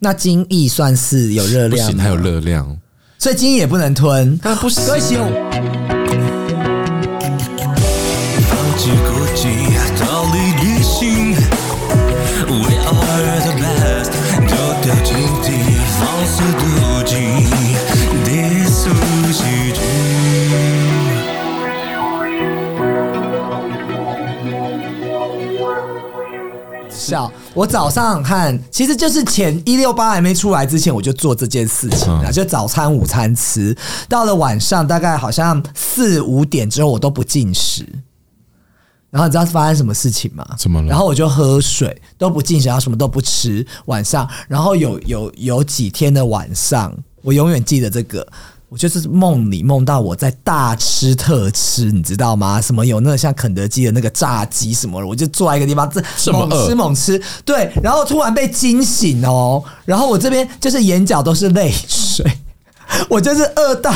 那精益算是有热不量，啊行，它有，热量，所以精益也不能吞。但不行。所以其实我高级国际逃离理性，We are the best，丢掉警惕，放肆妒忌，低俗喜剧。笑，我早上看，其实就是前一六八还没出来之前，我就做这件事情了，嗯就早餐、午餐吃，到了晚上大概好像四五点之后，我都不进食。然后你知道发生什么事情吗？怎么了然后我就喝水，都不进食，然后什么都不吃。晚上，然后有有有几天的晚上，我永远记得这个。我就是梦里梦到我在大吃特吃，你知道吗？什么有那个像肯德基的那个炸鸡什么的，我就坐在一个地方，这这么猛吃饿猛吃，对，然后突然被惊醒哦，然后我这边就是眼角都是泪水， 我就是饿到。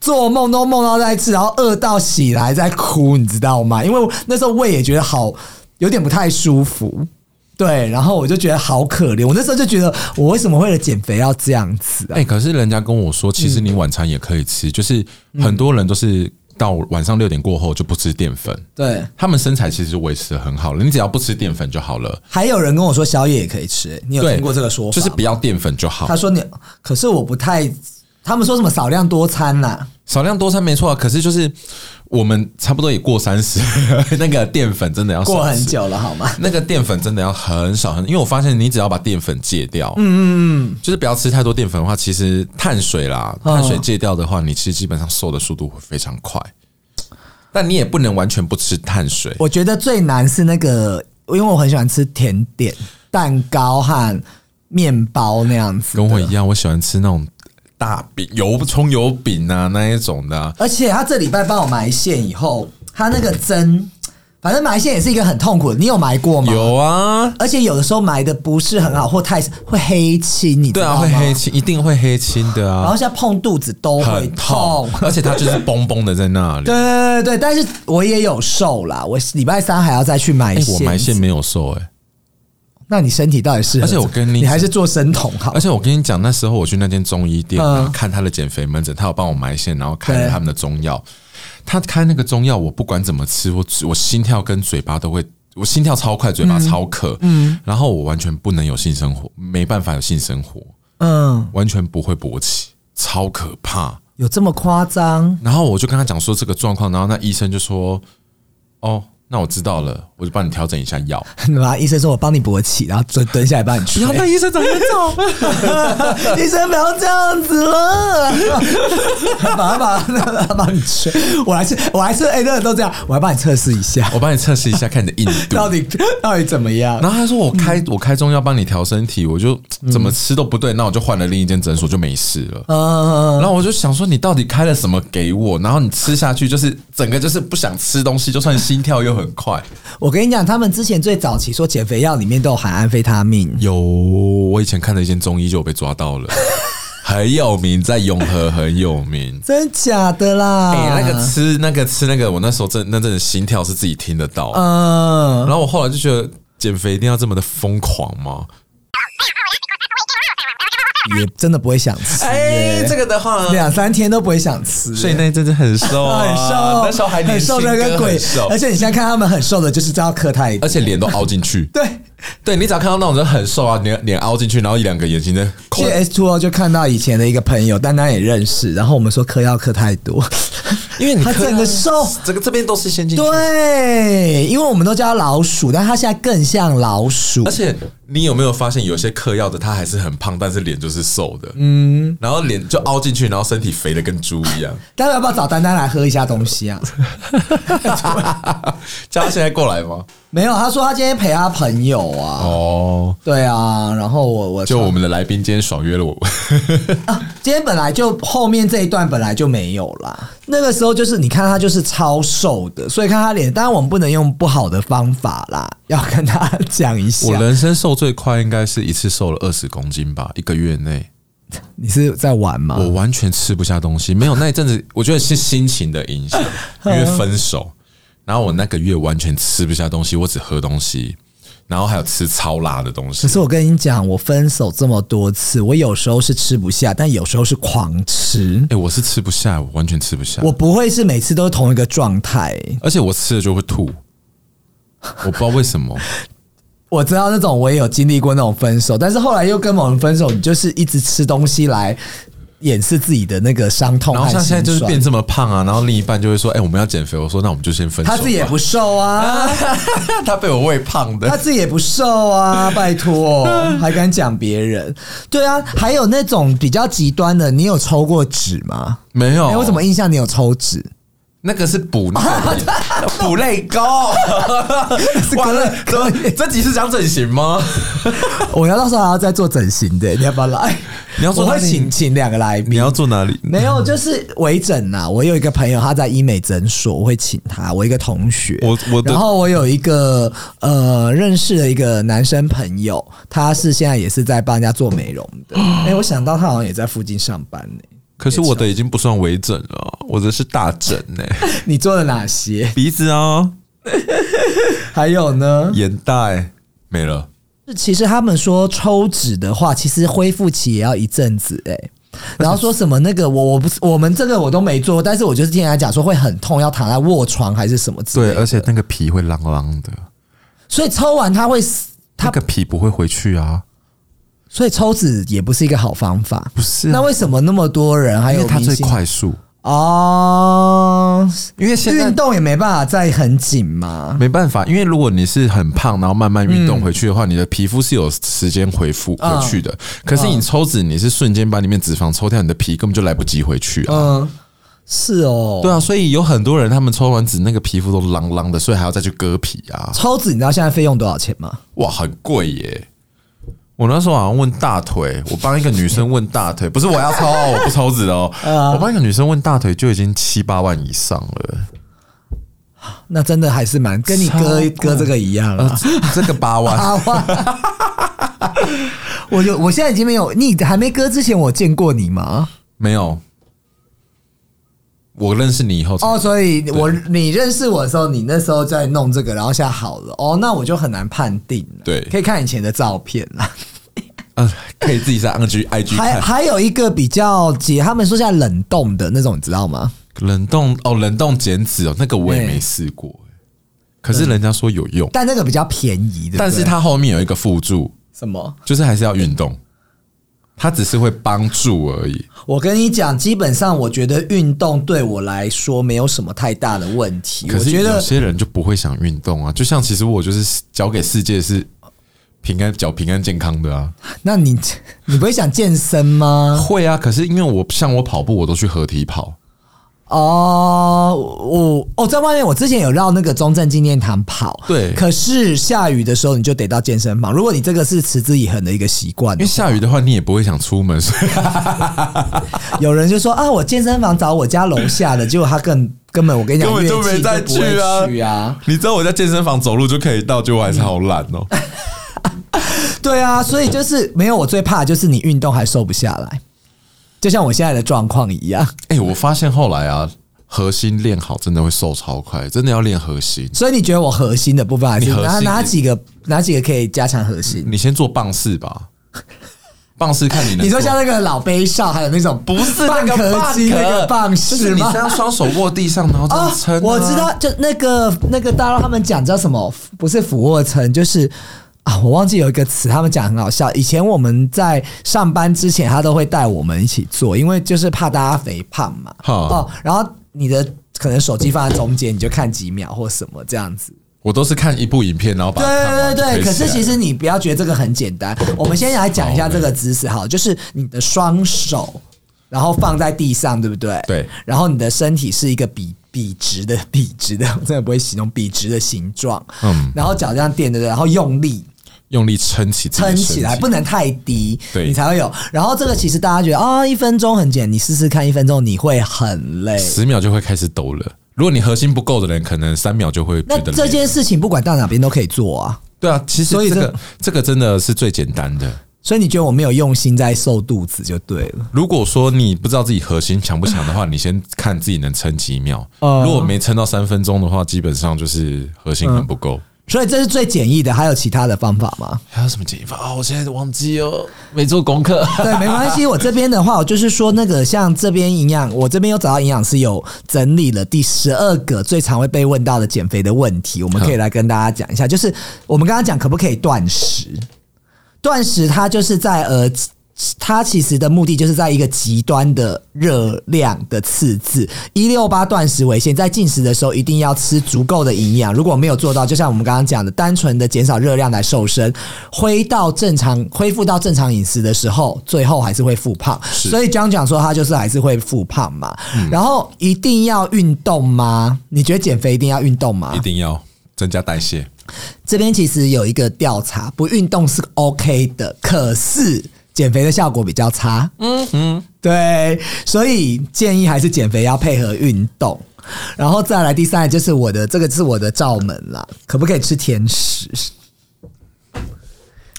做梦都梦到在吃，然后饿到起来在哭，你知道吗？因为我那时候胃也觉得好有点不太舒服，对，然后我就觉得好可怜。我那时候就觉得，我为什么为了减肥要这样子啊嗯哎、？可是人家跟我说，其实你晚餐也可以吃，就是很多人都是到晚上六点过后就不吃淀粉，对，他们身材其实维持得很好了，你只要不吃淀粉就好了。还有人跟我说宵夜也可以吃、你有对听过这个说法吗？就是不要淀粉就好他。说你，可是我不太，他们说什么少量多餐呐、少量多餐没错啊，可是就是我们差不多也过三十， 那个淀粉真的要少过很吃。久了好吗？那个淀粉真的要很少很，因为我发现你只要把淀粉戒掉，嗯嗯嗯，就是不要吃太多淀粉的话，其实碳水啦，哦碳水戒掉的话，你其实基本上瘦的速度会非常快。但你也不能完全不吃碳水，我觉得最难是那个，因为我很喜欢吃甜点、蛋糕和面包那样子。跟我一。样，我喜欢吃那种大饼、油葱油饼啊那一种的啊、而且他这礼拜帮我埋线以后，他那个针，反正埋线也是一个很痛苦的。你有埋过吗？。有啊，而且有的时候埋的不是很好，或太会黑青，你知对道啊，吗？会黑。青，一定会黑青的然后啊，现在碰肚子都会很痛，而且它 就是崩崩的在那里。对对对对，但是我也有瘦啦，我礼拜三还要再去埋哎、线。我埋线没有瘦哎、那你身体到底是？而且我跟你你还是做生酮好了而。且我跟你讲，那时候我去那间中医店、嗯看他的减肥门诊，他有帮我埋线，然后开了对他们的中药。他开那个中药，我不管怎么吃，我嘴我心跳跟嘴巴都会，我心跳超快，嘴巴超渴，嗯，然后我完全不能有性生活，没办法有性生活，嗯，完全不会勃起，超可怕。有这么夸张？然后我就跟他讲说这个状况，然后那医生就说：“哦，那我知道了，我就帮你调整一下 药。” 然后医生说我帮你勃起，然后蹲蹲下来帮你吹。医生怎么走？ 医生不要这样子了， 把把把帮你吹。我还是我还是哎，那个都这样，我还帮你测试一下， 我帮你测试一下，看你的硬度。到底到底怎么样？然后他说我开、我开中药帮你调身体，我就怎么吃都不对，那我就换了另一间诊所就没事了。嗯，然后我就想说，你到底开了什么给我？然后你吃下去就是整个就是不想吃东西，就算心跳又很快。我跟你讲，他们之前最早期说减肥药里面都有含安非他命，有，我以前看的一间中医就有被抓到了，很有名，在永和很有名。真假的啦？哎、那个吃那个吃那个，我那时候真那阵的心跳是自己听得到。嗯，然后我后来就觉得减肥一定要这么的疯狂吗？也真的不会想吃，哎、这个的话两三天都不会想吃，所以那一阵子很瘦、啊， 很瘦，那时候还很年轻瘦的跟鬼很瘦，呃而且你现在看他们很瘦的，就是知道克太多。而且脸都凹进去 对，对你只要看到那种人很瘦啊，脸脸凹进去，然后一两个眼睛在去抠。 S Two O 就看到以前的一个朋友，丹丹也认识，然后我们说嗑药嗑太多，因为你他看整个瘦，整个这边都是先进去。对，因为我们都叫他老鼠，但他现在更像老鼠而，且你有没有发现，有些嗑药的他还是很胖，但是脸就是瘦的，嗯，然后脸就凹进去，然后身体肥的跟猪 一样。待会要不要找丹丹来喝一下东西啊？叫他现在过来吗？没有，他说他今天陪他朋友 啊，哦，对啊，然后我我就我们的来宾今天爽约了我，今天本来就后面这一段本来就没有啦，那个时候就是你看他就是超瘦的，所以看他脸，当然我们不能用不好的方法啦，要跟他讲一下我。人生瘦最快应该是一次瘦了二十公斤吧，一个月内。你是在玩吗？我完全吃不下东西，没有那一阵子，我觉得是心情的影 响，因为分手，然后我那个月完全吃不下东西，我只喝东西，然后还有吃超辣的东西可。是我跟你讲，我分手这么多次，我有时候是吃不下，但有时候是狂吃。哎、我是吃不下，我完全吃不下，我不会是每次都是同一个状态。而且我吃了就会吐，我不知道为什 么。我知道那种，我也有经历过那种分手，但是后来又跟某人分手，你就是一直吃东西来掩饰自己的那个伤痛然和后心酸。像现在就是变这么胖啊，然后另一半就会说：“哎、我们要减肥。”我说：“那我们就先分手。”他自己也不，瘦 啊，他被我喂胖他的。自己也不瘦啊，拜托，还敢讲别人？对啊，还有那种比较极端的，你有抽过纸吗？ 没有，哎、我怎么印象你有抽纸？那个是补那个 补泪膏？完了，怎么这 集是讲整形 吗？我要到时候还要再做整形的，哎你要不要来？你要做我哪会里请请两个来宾。要做哪里？没有，就是微整呐、我有一个朋友，他在医美诊所，我会请他。我一个同学，我我的然后我有一个呃认识的一个男生朋友，他是现在也是在帮人家做美容 的。哎、我想到他好像也在附近上班呢、可是我的已经不算微整了，我的是大整 呢、你做了哪些？鼻子啊，哦还有呢？眼袋没了。其实他们说抽脂的话，其实恢复期也要一阵子哎、然后说什么那个我我不是我们这个我都没做，但是我就是听人家讲说会很痛，要躺在卧床还是什么之类对，的。而且那个皮会啷啷的，所以抽完它会死它那个皮不会回去啊。所以抽脂也不是一个好方法。不是啊那为什么那么多人还因有为它明最星啊快速，哦？因为现在运动也没办法再很紧嘛。没办法，因为如果你是很胖，然后慢慢运动回去的话，你的皮肤是有时间回复嗯回去的。可是你抽脂，你是瞬间把里面脂肪抽掉，你的皮根本就来不及回去啊。嗯，是哦。对啊，所以有很多人他们抽完脂，那个皮肤都啷啷的，所以还要再去割皮啊，抽脂你知道现在费用多少钱吗？哇，很贵耶。我那时候好像问大腿，我帮一个女生问大腿，不是我要抽哦，我不抽脂的哦。我帮一个女生问大腿就已经七八万以上了，那真的还是蛮跟你超割贵割这个一样啊。这个八 万，啊哇！啊 我有，我现在已经没有你还没割之前，我见过你吗？没有，我认识你以后才哦，所以我你认识我的时候，你那时候在弄这个，然后现在好了，哦，那我就很难判定了。对可以看以前的照片 啦。嗯，可以自己在 IG IG 还看。还有一个比较解，他们说现在冷冻的那种，你知道吗？冷冻哦，冷冻减脂哦，那个我也没试过、可是人家说有用，但那个比较便宜的，但是它后面有一个附注，什么？就是还是要运动，它只是会帮助而已。我跟你讲，基本上我觉得运动对我来说没有什么太大的问题。可我是觉有得些人就不会想运动啊，就像其实我就是交给世界是平安、脚平安健康的啊，那你你不会想健身吗？会啊。可是因为我像我跑步，我都去合体跑，哦，我哦，在外面我之前有绕那个中正纪念堂跑，对可是下雨的时候你就得到健身房。如果你这个是持之以恒的一个习惯哦因为，下雨的话你也不会想出门，所 以有人就说啊，我健身房找我家楼下 的，结果他更根本我跟你讲，根本就越气没再就不会去啊去啊，你知道我在健身房走路就可以到，结果还是好懒哦、 对啊，所以就是没有我最怕的就是你运动还瘦不下来，就像我现在的状况一样。哎、我发现后来啊，核心练好真的会瘦超快，真的要练核心。所以你觉得我核心的部分还是你核哪心哪几个哪几个可以加强核心？你先做棒式吧，棒式看你能做。你说像那个老杯少，还有那种不是那蚌个壳机那个棒就式是你吗这？样双手握地上，然后这哦样撑、，啊我知道，，就那个那个大陆他们讲叫什么？不是俯卧撑，就是啊，我忘记有一个词，他们讲很好笑。以前我们在上班之前，他都会带我们一起做，因为就是怕大家肥胖嘛。哈哦，然后你的可能手机放在中间，你就看几秒或什么这样子。我都是看一部影片，然后把对它看对完对对，可就以起是来其实你不要觉得这个很简单。我们先来讲一下这个姿势，好，就是你的双手，然后放在地上，对不对？对。然后你的身体是一个笔笔直的笔直的，我真的不会形容笔直的形状。嗯嗯。然后脚这样垫着，然后用力用力撑起自己的撑身起来，体不能太低，对你才会有。然后这个其实大家觉得啊、一分钟很简单，你试试看，一分钟你会很累。十秒就会开始抖了。如果你核心不够的人，可能三秒就会那觉得这累件事情不管到哪边都可以做啊。对啊，其实所以这这个这个真的是最简单的。所以你觉得我没有用心在瘦肚子就对了。如果说你不知道自己核心强不强的话，你先看自己能撑几秒。哦如果没撑到三分钟的话，基本上就是核心很不够。所以这是最简易的，还有其他的方法吗？还有什么解法啊？我现在忘记哦，没做功课。对，没关系。我这边的话，我就是说那个像这边营养，我这边有找到营养师有整理了第十二个最常会被问到的减肥的问题，我们可以来跟大家讲一下。就是我们刚刚讲可不可以断食？断食它就是在呃。它其实的目的就是在一个极端的热量的赤字，一六八断食为限，在进食的时候一定要吃足够的营养，如果没有做到，就像我们刚刚讲的，单纯的减少热量来瘦身，恢到正常，恢复到正常饮食的时候，最后还是会复胖。所以讲讲说他就是还是会复胖嘛。然后一定要运动吗？你觉得减肥一定要运动吗？一定要增加代谢，这边其实有一个调查，不运动是 OK 的，可是减肥的效果比较差。嗯嗯，对，所以建议还是减肥要配合运动。然后再来第三个就是我的这个是我的罩门啦，可不可以吃甜食？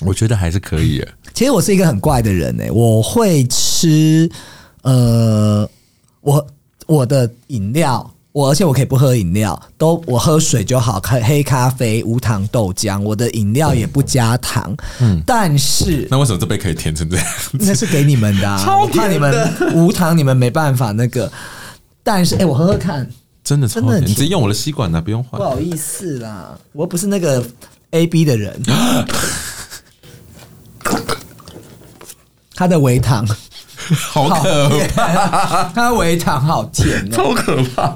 我觉得还是可以耶。其实我是一个很怪的人诶、我会吃呃，我我的饮料，我而且我可以不喝饮料，都我喝水就好，黑黑咖啡、无糖豆浆，我的饮料也不加糖。嗯，但是 那为什么这杯可以甜成这样？那是给你们的、啊，我怕你们无糖，你们没办法那个。但是，哎、我喝喝看，真的超真的很甜，你甜直接用我的吸管呢、啊不用换不。好意思啦，我又不是那个 A B 的人。它的微糖，好好可甜， 它的微糖好甜哦、超可怕！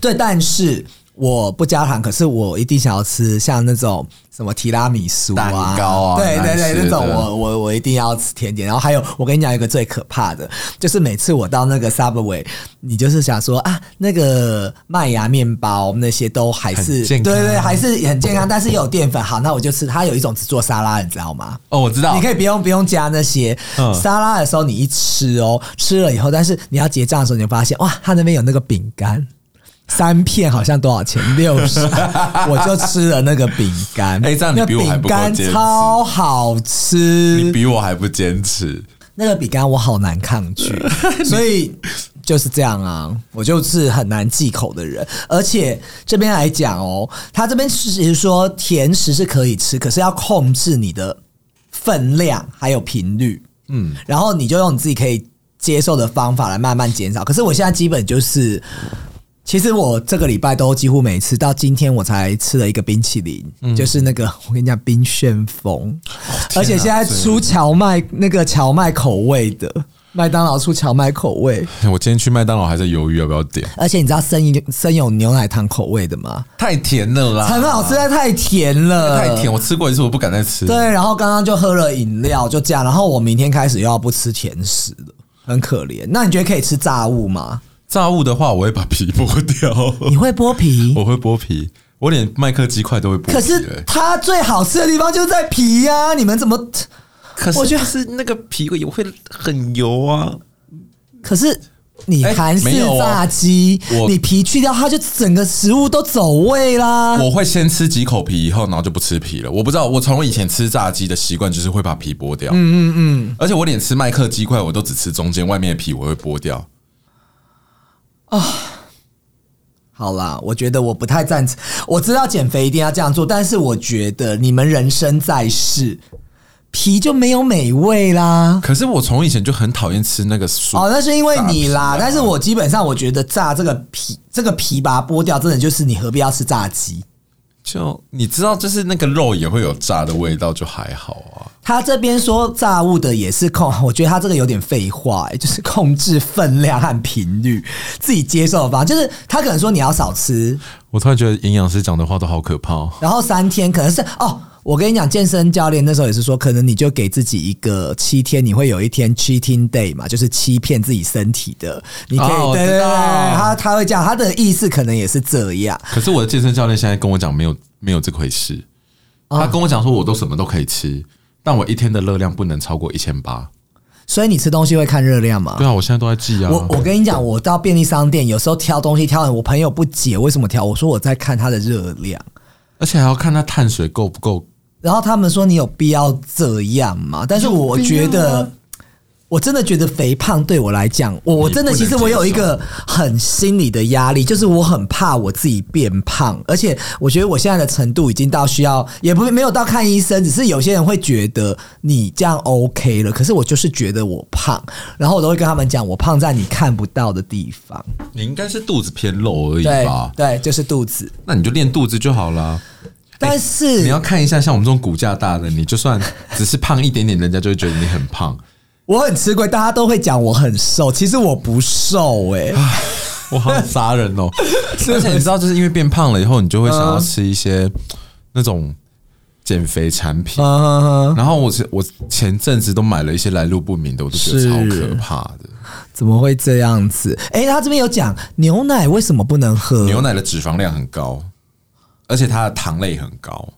对，但是我不加糖，可是我一定想要吃像那种什么提拉米苏啊、蛋糕啊对对难对，吃的那种我我我一定要吃甜点。然后还有，我跟你讲一个最可怕的，就是每次我到那个 Subway，你就是想说啊，那个麦芽面包那些都还是很健康对对，还是很健康，但是又有淀粉。好，那我就吃。它有一种只做沙拉，你知道吗？哦，我知道，你可以不用不用加那些、嗯沙拉的时候，你一吃哦，吃了以后，但是你要结账的时候，你就发现哇，他那边有那个饼干，三片好像多少钱？六十，我就吃了那个饼干。哎这样你那比我还饼不够干坚持超好你吃，比我还不坚持。 那个饼干我好难抗拒，所以。就是这样啊，我就是很难忌口的人，而且这边来讲哦，他这边其实说甜食是可以吃，可是要控制你的分量还有频率，嗯，然后你就用你自己可以接受的方法来慢慢减少。可是我现在基本就是，其实我这个礼拜都几乎没吃，到今天我才吃了一个冰淇淋，就是那个我跟你讲冰旋风，而且现在出荞麦那个荞麦口味的。麦当劳出荞麦口味，我今天去麦当劳还在犹豫要不要点，而且你知道生有生有牛奶糖口味的吗？太甜了啦很好吃，，但太甜了，太甜，我吃过一次，我不敢再吃。对，然后刚刚就喝了饮料，就这样。然后我明天开始又要不吃甜食了，很可怜。那你觉得可以吃炸物吗？炸物的话，我会把皮剥掉，你会剥皮， 我会剥皮，我连麦克鸡块都会剥皮。可是欸它最好吃的地方就是在皮呀、你们怎么？可我觉得是那个皮也会很油啊。可是你哎韩式没有哦炸鸡，我你皮去掉，它就整个食物都走味啦。我会先吃几口皮，以后然后就不吃皮了。我不知道，我从以前吃炸鸡的习惯就是会把皮剥掉。嗯嗯嗯。而且我连吃麦克鸡块，我都只吃中间，外面的皮我会剥掉。好啦，我觉得我不太赞成。我知道减肥一定要这样做，但是我觉得你们人生在世，皮就没有美味啦。可是我从以前就很讨厌吃那个薯哦，那是因为你啦炸皮啊。但是我基本上我觉得炸这个皮，这个皮把它剥掉，真的就是你何必要吃炸鸡？就你知道，就是那个肉也会有炸的味道，就还好啊。他这边说炸物的也是控，我觉得他这个有点废话、欸，就是控制分量和频率，自己接受的方法，就是他可能说你要少吃，我突然觉得营养师讲的话都好可怕、哦。然后三天可能是哦。我跟你讲，健身教练那时候也是说，可能你就给自己一个七天，你会有一天 cheating day 嘛，就是欺骗自己身体的。你可以、哦我对知对对，道他他会这样，他的意思可能也是这样。可是我的健身教练现在跟我讲，没有没有这回事。哦他跟我讲说，我都什么都可以吃，但我一天的热量不能超过一千八。所以你吃东西会看热量吗？对啊，我现在都在记啊。哦我我跟你讲，我到便利商店有时候挑东西挑很，我朋友不解为什么挑，我说我在看它的热量，而且还要看他碳水够不够。然后他们说你有必要这样吗？但是我觉得我真的觉得肥胖对我来讲，我我真的你不其能实我有一接受个很心理的压力，就是我很怕我自己变胖，而且我觉得我现在的程度已经到需要，也不没有到看医生，只是有些人会觉得你这样 OK 了，可是我就是觉得我胖，然后我都会跟他们讲，我胖在你看不到的地方，你应该是肚子偏肉而已对吧？对，就是肚子，那你就练肚子就好了。但是、哎你要看一下，像我们这种骨架大的，你就算只是胖一点点，人家就会觉得你很胖。我很吃亏，大家都会讲我很瘦，其实我不瘦哎、我 好想杀人哦！而且你知道，就是因为变胖了以后，你就会想要吃一些那种减肥产品。嗯，然后我前我前阵子都买了一些来路不明的，我都觉得是超可怕的。怎么会这样子？哎、他这边有讲牛奶为什么不能喝？牛奶的脂肪量很高，而且它的糖类很高。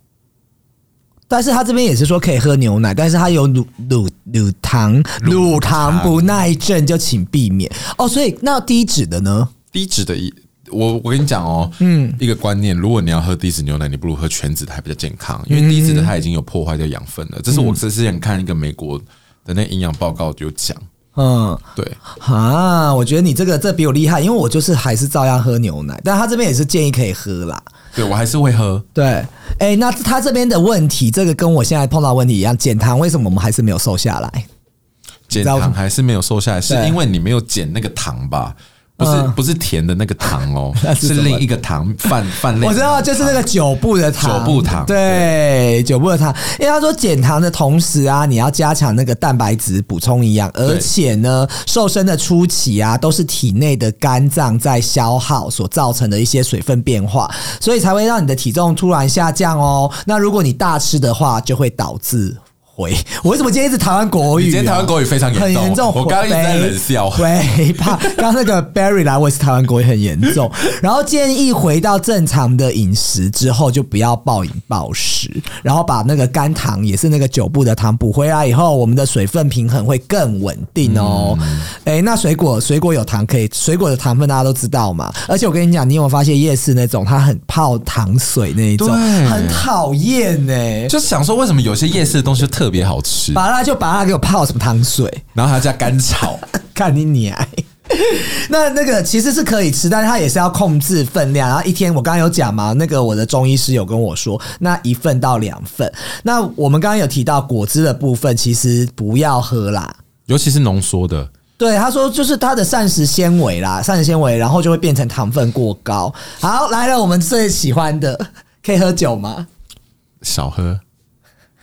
但是他这边也是说可以喝牛奶，但是他有乳乳乳糖乳糖不耐症，就请避免哦。所以那低脂的呢？低脂的一，我我跟你讲哦，嗯，一个观念，如果你要喝低脂牛奶，你不如喝全脂的还比较健康，因为低脂的它已经有破坏掉养分了。这是我之前看一个美国的那营养报告有讲，嗯对，啊，我觉得你这个这比我厉害，因为我就是还是照样喝牛奶，但他这边也是建议可以喝啦。对我还是会喝。对，哎、那他这边的问题，这个跟我现在碰到的问题一样，减糖为什么我们还是没有瘦下来？减知道糖还是没有瘦下来，是对因为你没有减那个糖吧？不是、嗯不是甜的那个糖哦 那，是是什么另一个糖饭饭类。我知道，就是那个九步的糖，九步糖对，九步的糖。因为他说减糖的同时啊，你要加强那个蛋白质补充营养，而且呢，瘦身的初期啊，都是体内的肝脏在消耗所造成的一些水分变化，所以才会让你的体重突然下降哦。那如果你大吃的话，就会导致。回，我为什么今天一直台湾国语、啊？你今天台湾国语非常严重很严重。我刚刚一直在冷笑回喂， 怕刚刚那个 Barry 来，我也是台湾国语很严重。然后建议回到正常的饮食之后，就不要暴饮暴食，然后把那个肝糖，也是那个九步的糖补回来以后，我们的水分平衡会更稳定哦。嗯哎、那水果水果有糖可以，水果的糖分大家都知道嘛。而且我跟你讲，你有没有发现夜市那种它很泡糖水那一种，对很讨厌呢。就想说为什么有些夜市的东西就特别好吃，把它就把它给我泡什么糖水？然后还要加 甘草。看你你哎。那那个其实是可以吃，但是它也是要控制分量。然后一天，我刚刚有讲嘛，那个我的中医师有跟我说，那一份到两份。那我们刚刚有提到果汁的部分，其实不要喝啦。尤其是浓缩的，对，他说就是它的膳食纤维啦，膳食纤维，然后就会变成糖分过高。好，来了，我们最喜欢的，可以喝酒吗？少喝，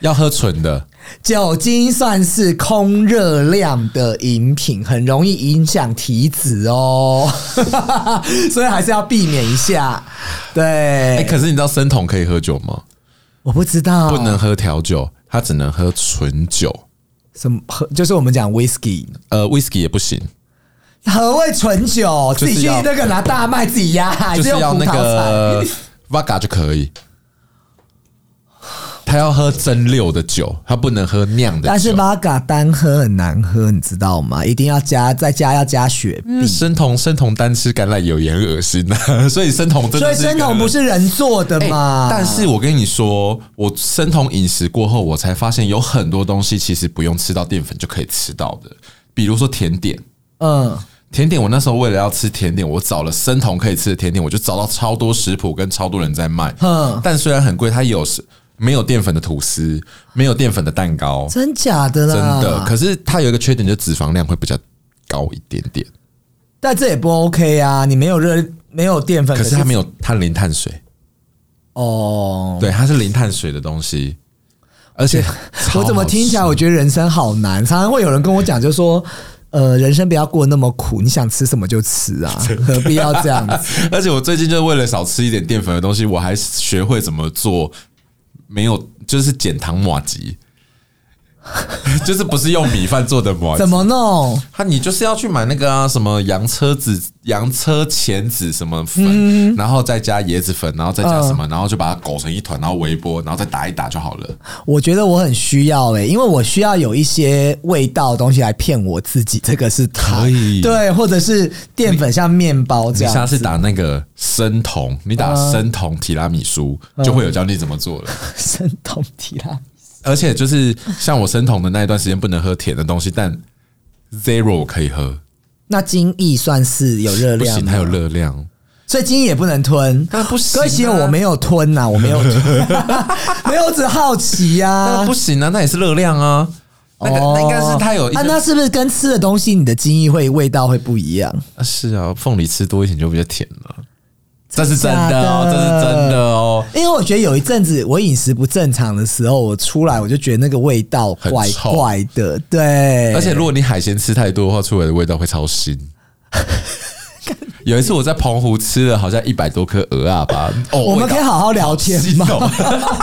要喝纯的。酒精算是空热量的饮品，很容易影响体脂哦， 所以还是要避免一下。对，哦哎、可是你知道生酮可以喝酒吗？我不知道，不能喝调酒，它只能喝纯酒。什么喝，就是我们讲 whisky，呃，whisky 也不行，何谓纯酒？就是自己去要那个拿大麦自己压，还就是用要葡那萄个 采 Vaga 就可以。他要喝蒸馏的酒，他不能喝酿的酒。 但是 v 嘎单喝很难喝，你知道吗？一定要加，再加要加雪嗯生酮生酮单吃橄榄油也很恶心啊， 所以生酮真所的以是一个生酮不是啊人做的哎嘛？但是我跟你说，我生酮饮食过后，我才发现有很多东西其实不用吃到淀粉就可以吃到的，比如说甜点。嗯，甜点，我那时候为了要吃甜点，我找了生酮可以吃的甜点，我就找到超多食谱跟超多人在卖。嗯但虽然很贵，它有是没有淀粉的吐司，没有淀粉的蛋糕，真假的啊真啦，的。可是它有一个缺点，就是脂肪量会比较高一点点。但这也不 OK 啊！你没有热，没有淀粉，可是它没有它零碳水，哦。对，它是零碳水的东西，而且 我怎么听起来，我得觉得人生好难。常常会有人跟我讲，就说，呃，人生不要过得那么苦，你想吃什么就吃 啊，何必要这样子？而且我最近就是为了少吃一点淀粉的东西，我还学会怎么做没有就是减糖马吉， 就是不是用米饭做的马吉怎。么弄？它你就是要去买那个啊什么洋车子、洋车前子什么粉，嗯然后再加椰子粉，然后再加什么，然后就把它裹成一团，然后微波，然后再打一打就好了。我觉得我很需要欸诶、因为我需要有一些味道的东西来骗我自己，这个是糖可以对，或者是淀粉，像面包这你下样。嗯次打那个生酮，你打生酮提拉米苏，就会有教你怎么做了。 生酮体啦，而且就是像我生酮的那一段时间不能喝甜的东西，但 Zero 我可以喝，那精益算是有热不量行，吗，它有热量。所以精益也不能吞。那 不行啊可惜我没有吞啊呐、我没有， 没有，我只好奇呀、那不行啊，那也是热量啊。那个、那应该是它有一啊，些那是不是跟吃的东西你的精益会味道会不一样？啊是啊，凤梨吃多一点就比较甜了。这是真假的哦，的这是真的哦，因为我觉得有一阵子我饮食不正常的时候，我出来我就觉得那个味道很怪臭怪的，对，而且如果你海鲜吃太多的话，出来的味道会超腥。 有一次我在澎湖吃了好像一百多颗鹅啊吧，哦，我们可以好好聊天腥吗？哦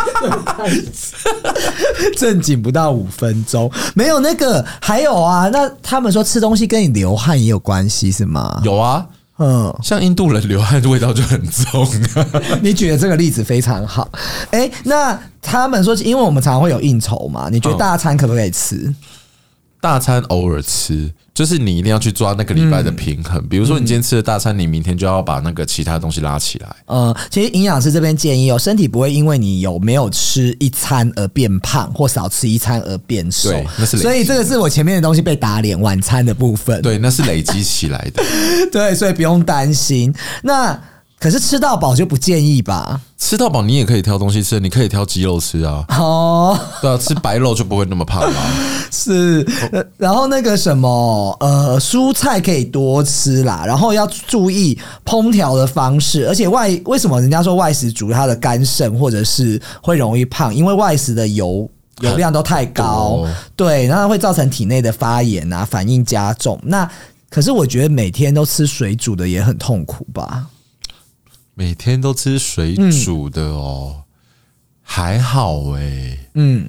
正经不到五分钟，没有那个，还有啊，那他们说吃东西跟你流汗也有关系是吗？有啊，嗯，像印度人流汗的味道就很重、啊。 你举的这个例子非常好。哎、那他们说，因为我们常常会有应酬嘛，你觉得嗯大餐可不可以吃？大餐偶尔吃，就是你一定要去抓那个礼拜的平衡。比如说，你今天吃的大餐，你明天就要把那个其他东西拉起来。呃，其实营养师这边建议哦，身体不会因为你有没有吃一餐而变胖，或少吃一餐而变瘦对那是。累积的所以这个是我前面的东西被打脸，晚餐的部分。对，那是累积起来的。对，所以不用担心。那可是吃到饱就不建议吧？吃到饱，你也可以挑东西吃，你可以挑鸡肉吃啊。哦，对啊，吃白肉就不会那么胖啦。是，呃然后那个什么，呃，蔬菜可以多吃啦，然后要注意烹调的方式，而且外为什么人家说外食主它的肝肾或者是会容易胖，因为外食的油。油量都太高很多，对，然后会造成体内的发炎啊，反应加重。那可是我觉得每天都吃水煮的也很痛苦吧？ 每天都吃水煮的哦，还好哎、嗯，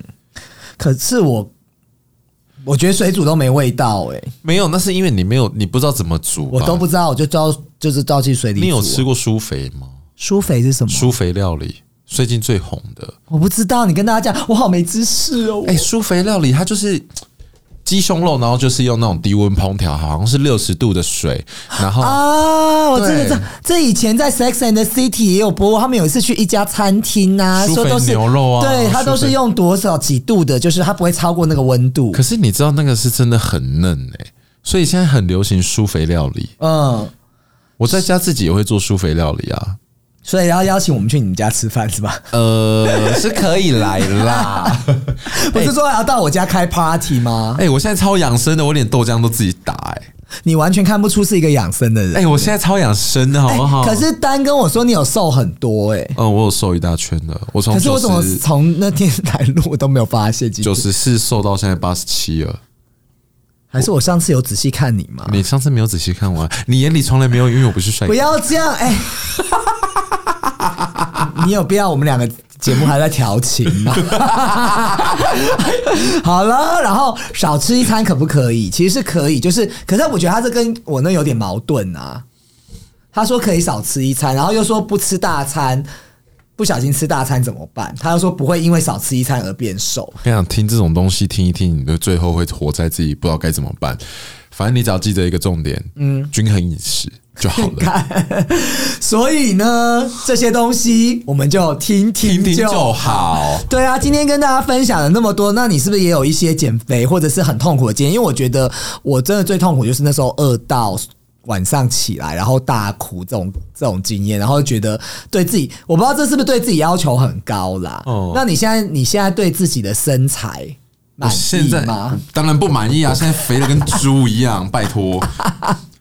可是我我觉得水煮都没味道诶、没有，那是因为你没有，你不知道怎么煮吧。我都不知道，我就照就是照去水里煮。你有吃过苏肥吗？舒肥是什么？啊苏肥料理最近最红的。我不知道，你跟大家讲，我好没知识哦。哎、苏肥料理它就是鸡胸肉，然后就是用那种低温烹调，好像是六十度的水，然后、啊，我这个对这这以前在《Sex and the City》也有播，他们有一次去一家餐厅啊，舒说肥都是牛肉啊对他舒肥都是用多少几度的，就是它不会超过那个温度可。是你知道那个是真的很嫩哎、所以现在很流行苏肥料理。嗯，我在家自己也会做苏肥料理啊，所以要邀请我们去你们家吃饭是 吧？呃， 是可以来啦。不是说要到我家开 party 吗？ 哎、我现在超养生的，我连豆浆都自己打哎、你完全看不出是一个养生的人。哎哎、我现在超养生的好不好？可是丹跟我说你有瘦很多哎、嗯，我有瘦一大圈的，我从可是我怎么九十从那天来录我都没有发现？今天九十四瘦到现在八十七了。还是我上次有仔细看你吗？你上次没有仔细看完，你眼里从来没有，因为我不是帅哥不。要这样， 哎、你有必要我们两个节目还在调情 吗？好了，然后少吃一餐可不可以？其实是可以，就是，可是我觉得他这跟我那有点矛盾啊。他说可以少吃一餐，然后又说不吃大餐，不小心吃大餐怎么办？他又说不会因为少吃一餐而变瘦。跟你讲，听这种东西听一听，你就最后会活在自己不知道该怎么办。反正你只要记得一个重点，嗯，均衡饮食就好了。 所以呢，这些东西我们就听听听听就就好。对啊，今天跟大家分享了那么多，那你是不是也有一些减肥或者是很痛苦的经验？因为我觉得我真的最痛苦就是那时候饿到晚上起来，然后大哭这种这种经验，然后觉得对自己，我不知道这是不是对自己要求很高啦。哦那你现在你现在对自己的身材我满现意在吗？当然不满意啊，现在肥的跟猪一样，拜 托。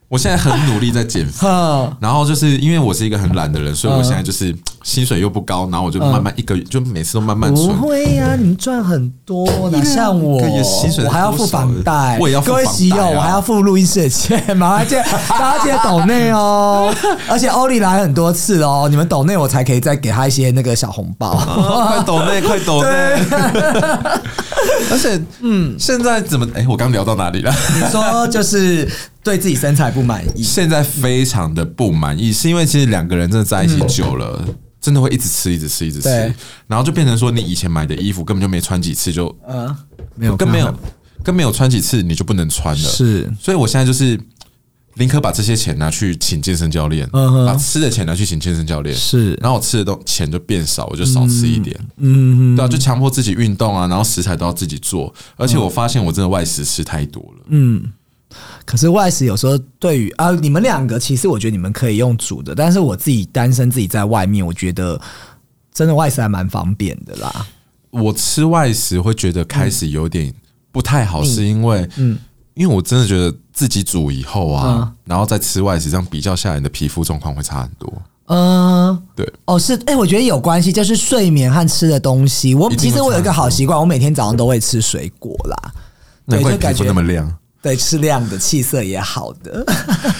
我现在很努力在减肥，哼，然后就是因为我是一个很懒的人，嗯所以我现在就是薪水又不高，然后我就慢慢一个月，就每次都慢慢不存。会呀、啊，你们赚很多，啊哪像我一个月薪，水我还要付房贷，我也要付各位房贷喜友，啊我还要付录音室的钱，麻烦记得大家记得抖内 哦。而且欧丽来很多次哦，你们抖内我才可以再给他一些那个小红包。啊 快抖内，快抖内！ 而且，嗯，现在怎么？哎、我刚聊到哪里了？你说就是对自己身材不满意，现在非常的不满意，是因为其实两个人真的在一起久了，真的会一直吃，一直吃，一直吃嗯对，然后就变成说，你以前买的衣服根本就没穿几次，就嗯，没有跟没有跟没有穿几次，你就不能穿了。是所以我现在就是宁可把这些钱拿去请健身教练，嗯哼把吃的钱拿去请健身教练，是然后我吃的东钱就变少，我就少吃一点，嗯，对啊，就强迫自己运动啊，然后食材都要自己做，而且我发现我真的外食吃太多了，嗯，可是外食有时候对于啊，你们两个其实我觉得你们可以用煮的，但是我自己单身自己在外面，我觉得真的外食还蛮方便的啦。我吃外食会觉得开始有点不太好，是因为，嗯，因为我真的觉得自己煮以后啊，然后再吃外食，这样比较下来，你的皮肤状况会差很多。嗯，对，哦，是，哎、我觉得有关系，就是睡眠和吃的东西。我一其定会实我有一差个很好习惯，我每天早上都会吃水果啦。对，难就怪你皮感肤觉那么亮。对，吃亮的，气色也好的，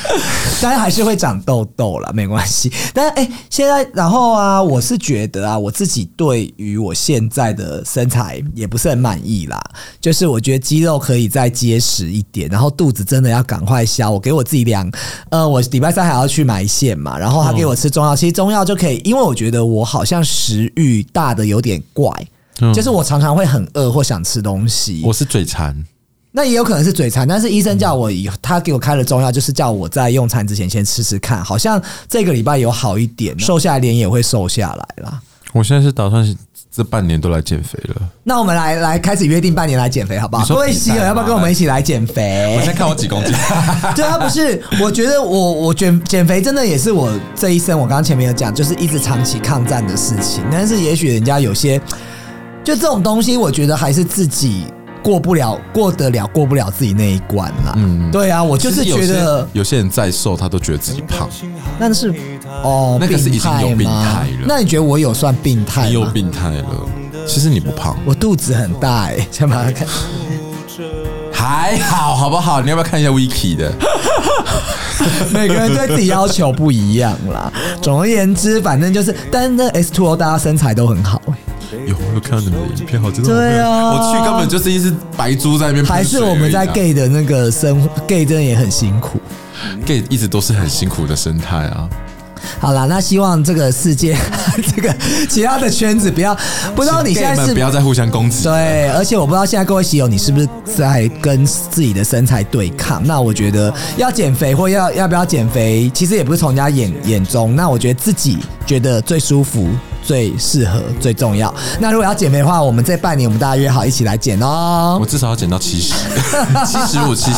当然还是会长痘痘啦，没关系。但哎、现在然后啊，我是觉得啊，我自己对于我现在的身材也不是很满意啦，就是我觉得肌肉可以再结实一点，然后肚子真的要赶快消。我给我自己两，呃，我礼拜三还要去买线嘛，然后他给我吃中药，其实中药就可以，因为我觉得我好像食欲大的有点怪。就是我常常会很饿或想吃东西，我是嘴馋，那也有可能是嘴馋，但是医生叫我以他给我开了中药，就是叫我在用餐之前先吃吃看，好像这个礼拜有好一嗯点，瘦下来脸也会瘦下来啦。我现在是打算这半年都来减肥了。那我们来来开始约定半年来减肥好不好？你说各位比喜赛友要不要吗跟我们一起来减我 肥先？看我几公斤，对啊，不是，我觉得我我减减肥真的也是我这一生，我刚刚前面有讲，就是一直长期抗战的事情。但是也许人家有些，就这种东西，我觉得还是自己过不了、过得了、过不了自己那一关啦。嗯，对啊，我就是觉其实有些得。有些人再瘦，他都觉得自己胖。那是哦，那个是已经有病病态吗了那你觉得我有算病态你有吗？病态了，其实你不胖，我肚子很大哎、 先把它看。还好好不好？你要不要看一下 Wiki 的？每个人对自己要求不一样 啦。总而言之，反正就是，但是那 S two O 大家身材都很好、欸， 有，我有看到你们的影片，好真的。对啊我去根本就是一只白猪在那边喷水而已还啊。是我们在 gay 的那个生活 gay 真的也很辛苦。 gay 一直都是很辛苦的生态啊。好啦，那希望这个世界 这个其他的圈子不要，不知道你现 gay 在们是不要再互相攻击。对，而且我不知道现在各位喜友你是不是在跟自己的身材对抗？那我觉得要减肥或要要不要减肥，其实也不是从人家眼眼中。那我觉得自己觉得最舒服、最适合、最重要。那如果要减肥的话，我们这半年我们大家约好一起来减哦我。至少要减到七十，七十五，七十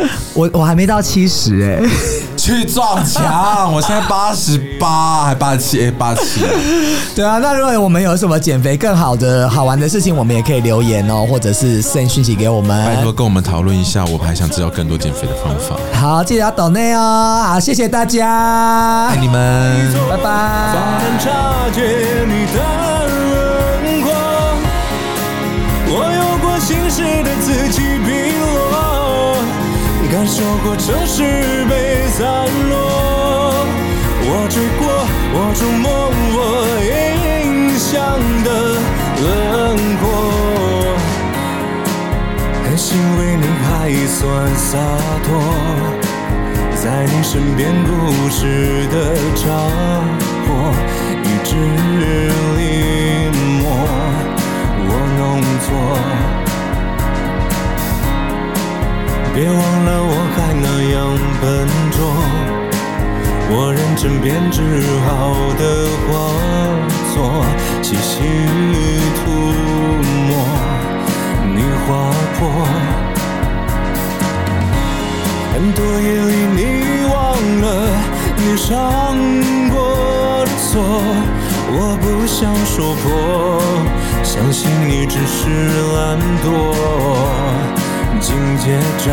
五，我我还没到七十哎， 去撞墙！我现在八十八，还八七，哎八七。 对啊。那如果我们有什么减肥更好的好玩的事情，我们也可以留言哦，或者是 send 讯息给我们。拜托跟我们讨论一下，我们还想知道更多减肥的方法。好，记得要抖内哦。好，谢谢大家爱，你们。拜拜。能察觉你的轮廓。我有过心事的此起彼落，感受过城市被散落。我追过，我触摸我印象的轮廓。很欣慰你还算洒脱。在你身边故事的着火，一直临摹我弄错。别忘了我还那样笨拙，我认真编织好的画作，细细涂抹你划破。很多夜里你忘了你上过的锁，我不想说破，相信你只是懒惰。紧接着，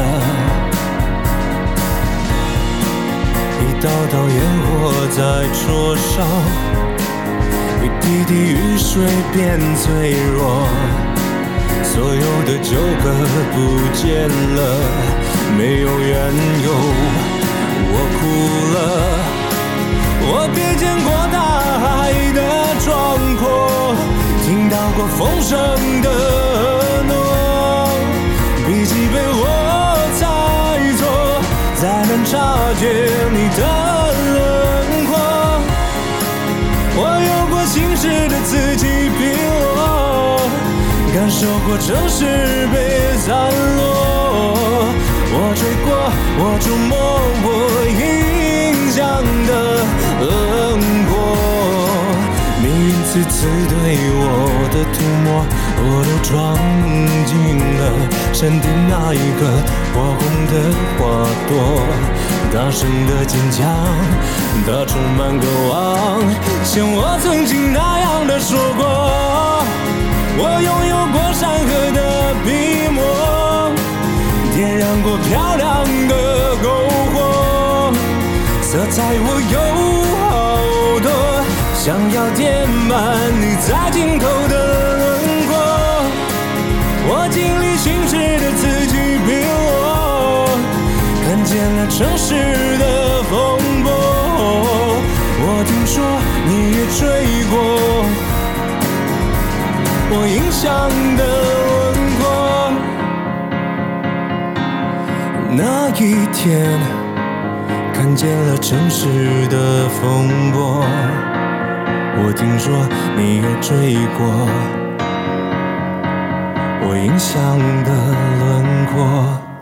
一道道烟火在灼烧，一滴滴雨水变脆弱。所有的纠葛不见了，没有缘由，我哭了。我瞥见过大海的壮阔，听到过风声的诺，笔记被我猜错，才能察觉你的轮廓。我有过心事的此起彼落，感受过城市被散落。我追过，我触摸我印象的轮廓，命运次次对我的涂抹，我都装进了山顶那一颗火红的花朵。大声的坚强，它充满渴望，像我曾经那样的说过，我拥有过山河的笔墨。点燃过漂亮的篝火，色彩我有好多，想要填满你在尽头的轮廓。我尽力寻适的自己比我，看见了城市的风波。我听说你也吹过我印象的轮廓。那一天，看见了城市的风波。我听说你也追过我印象的轮廓。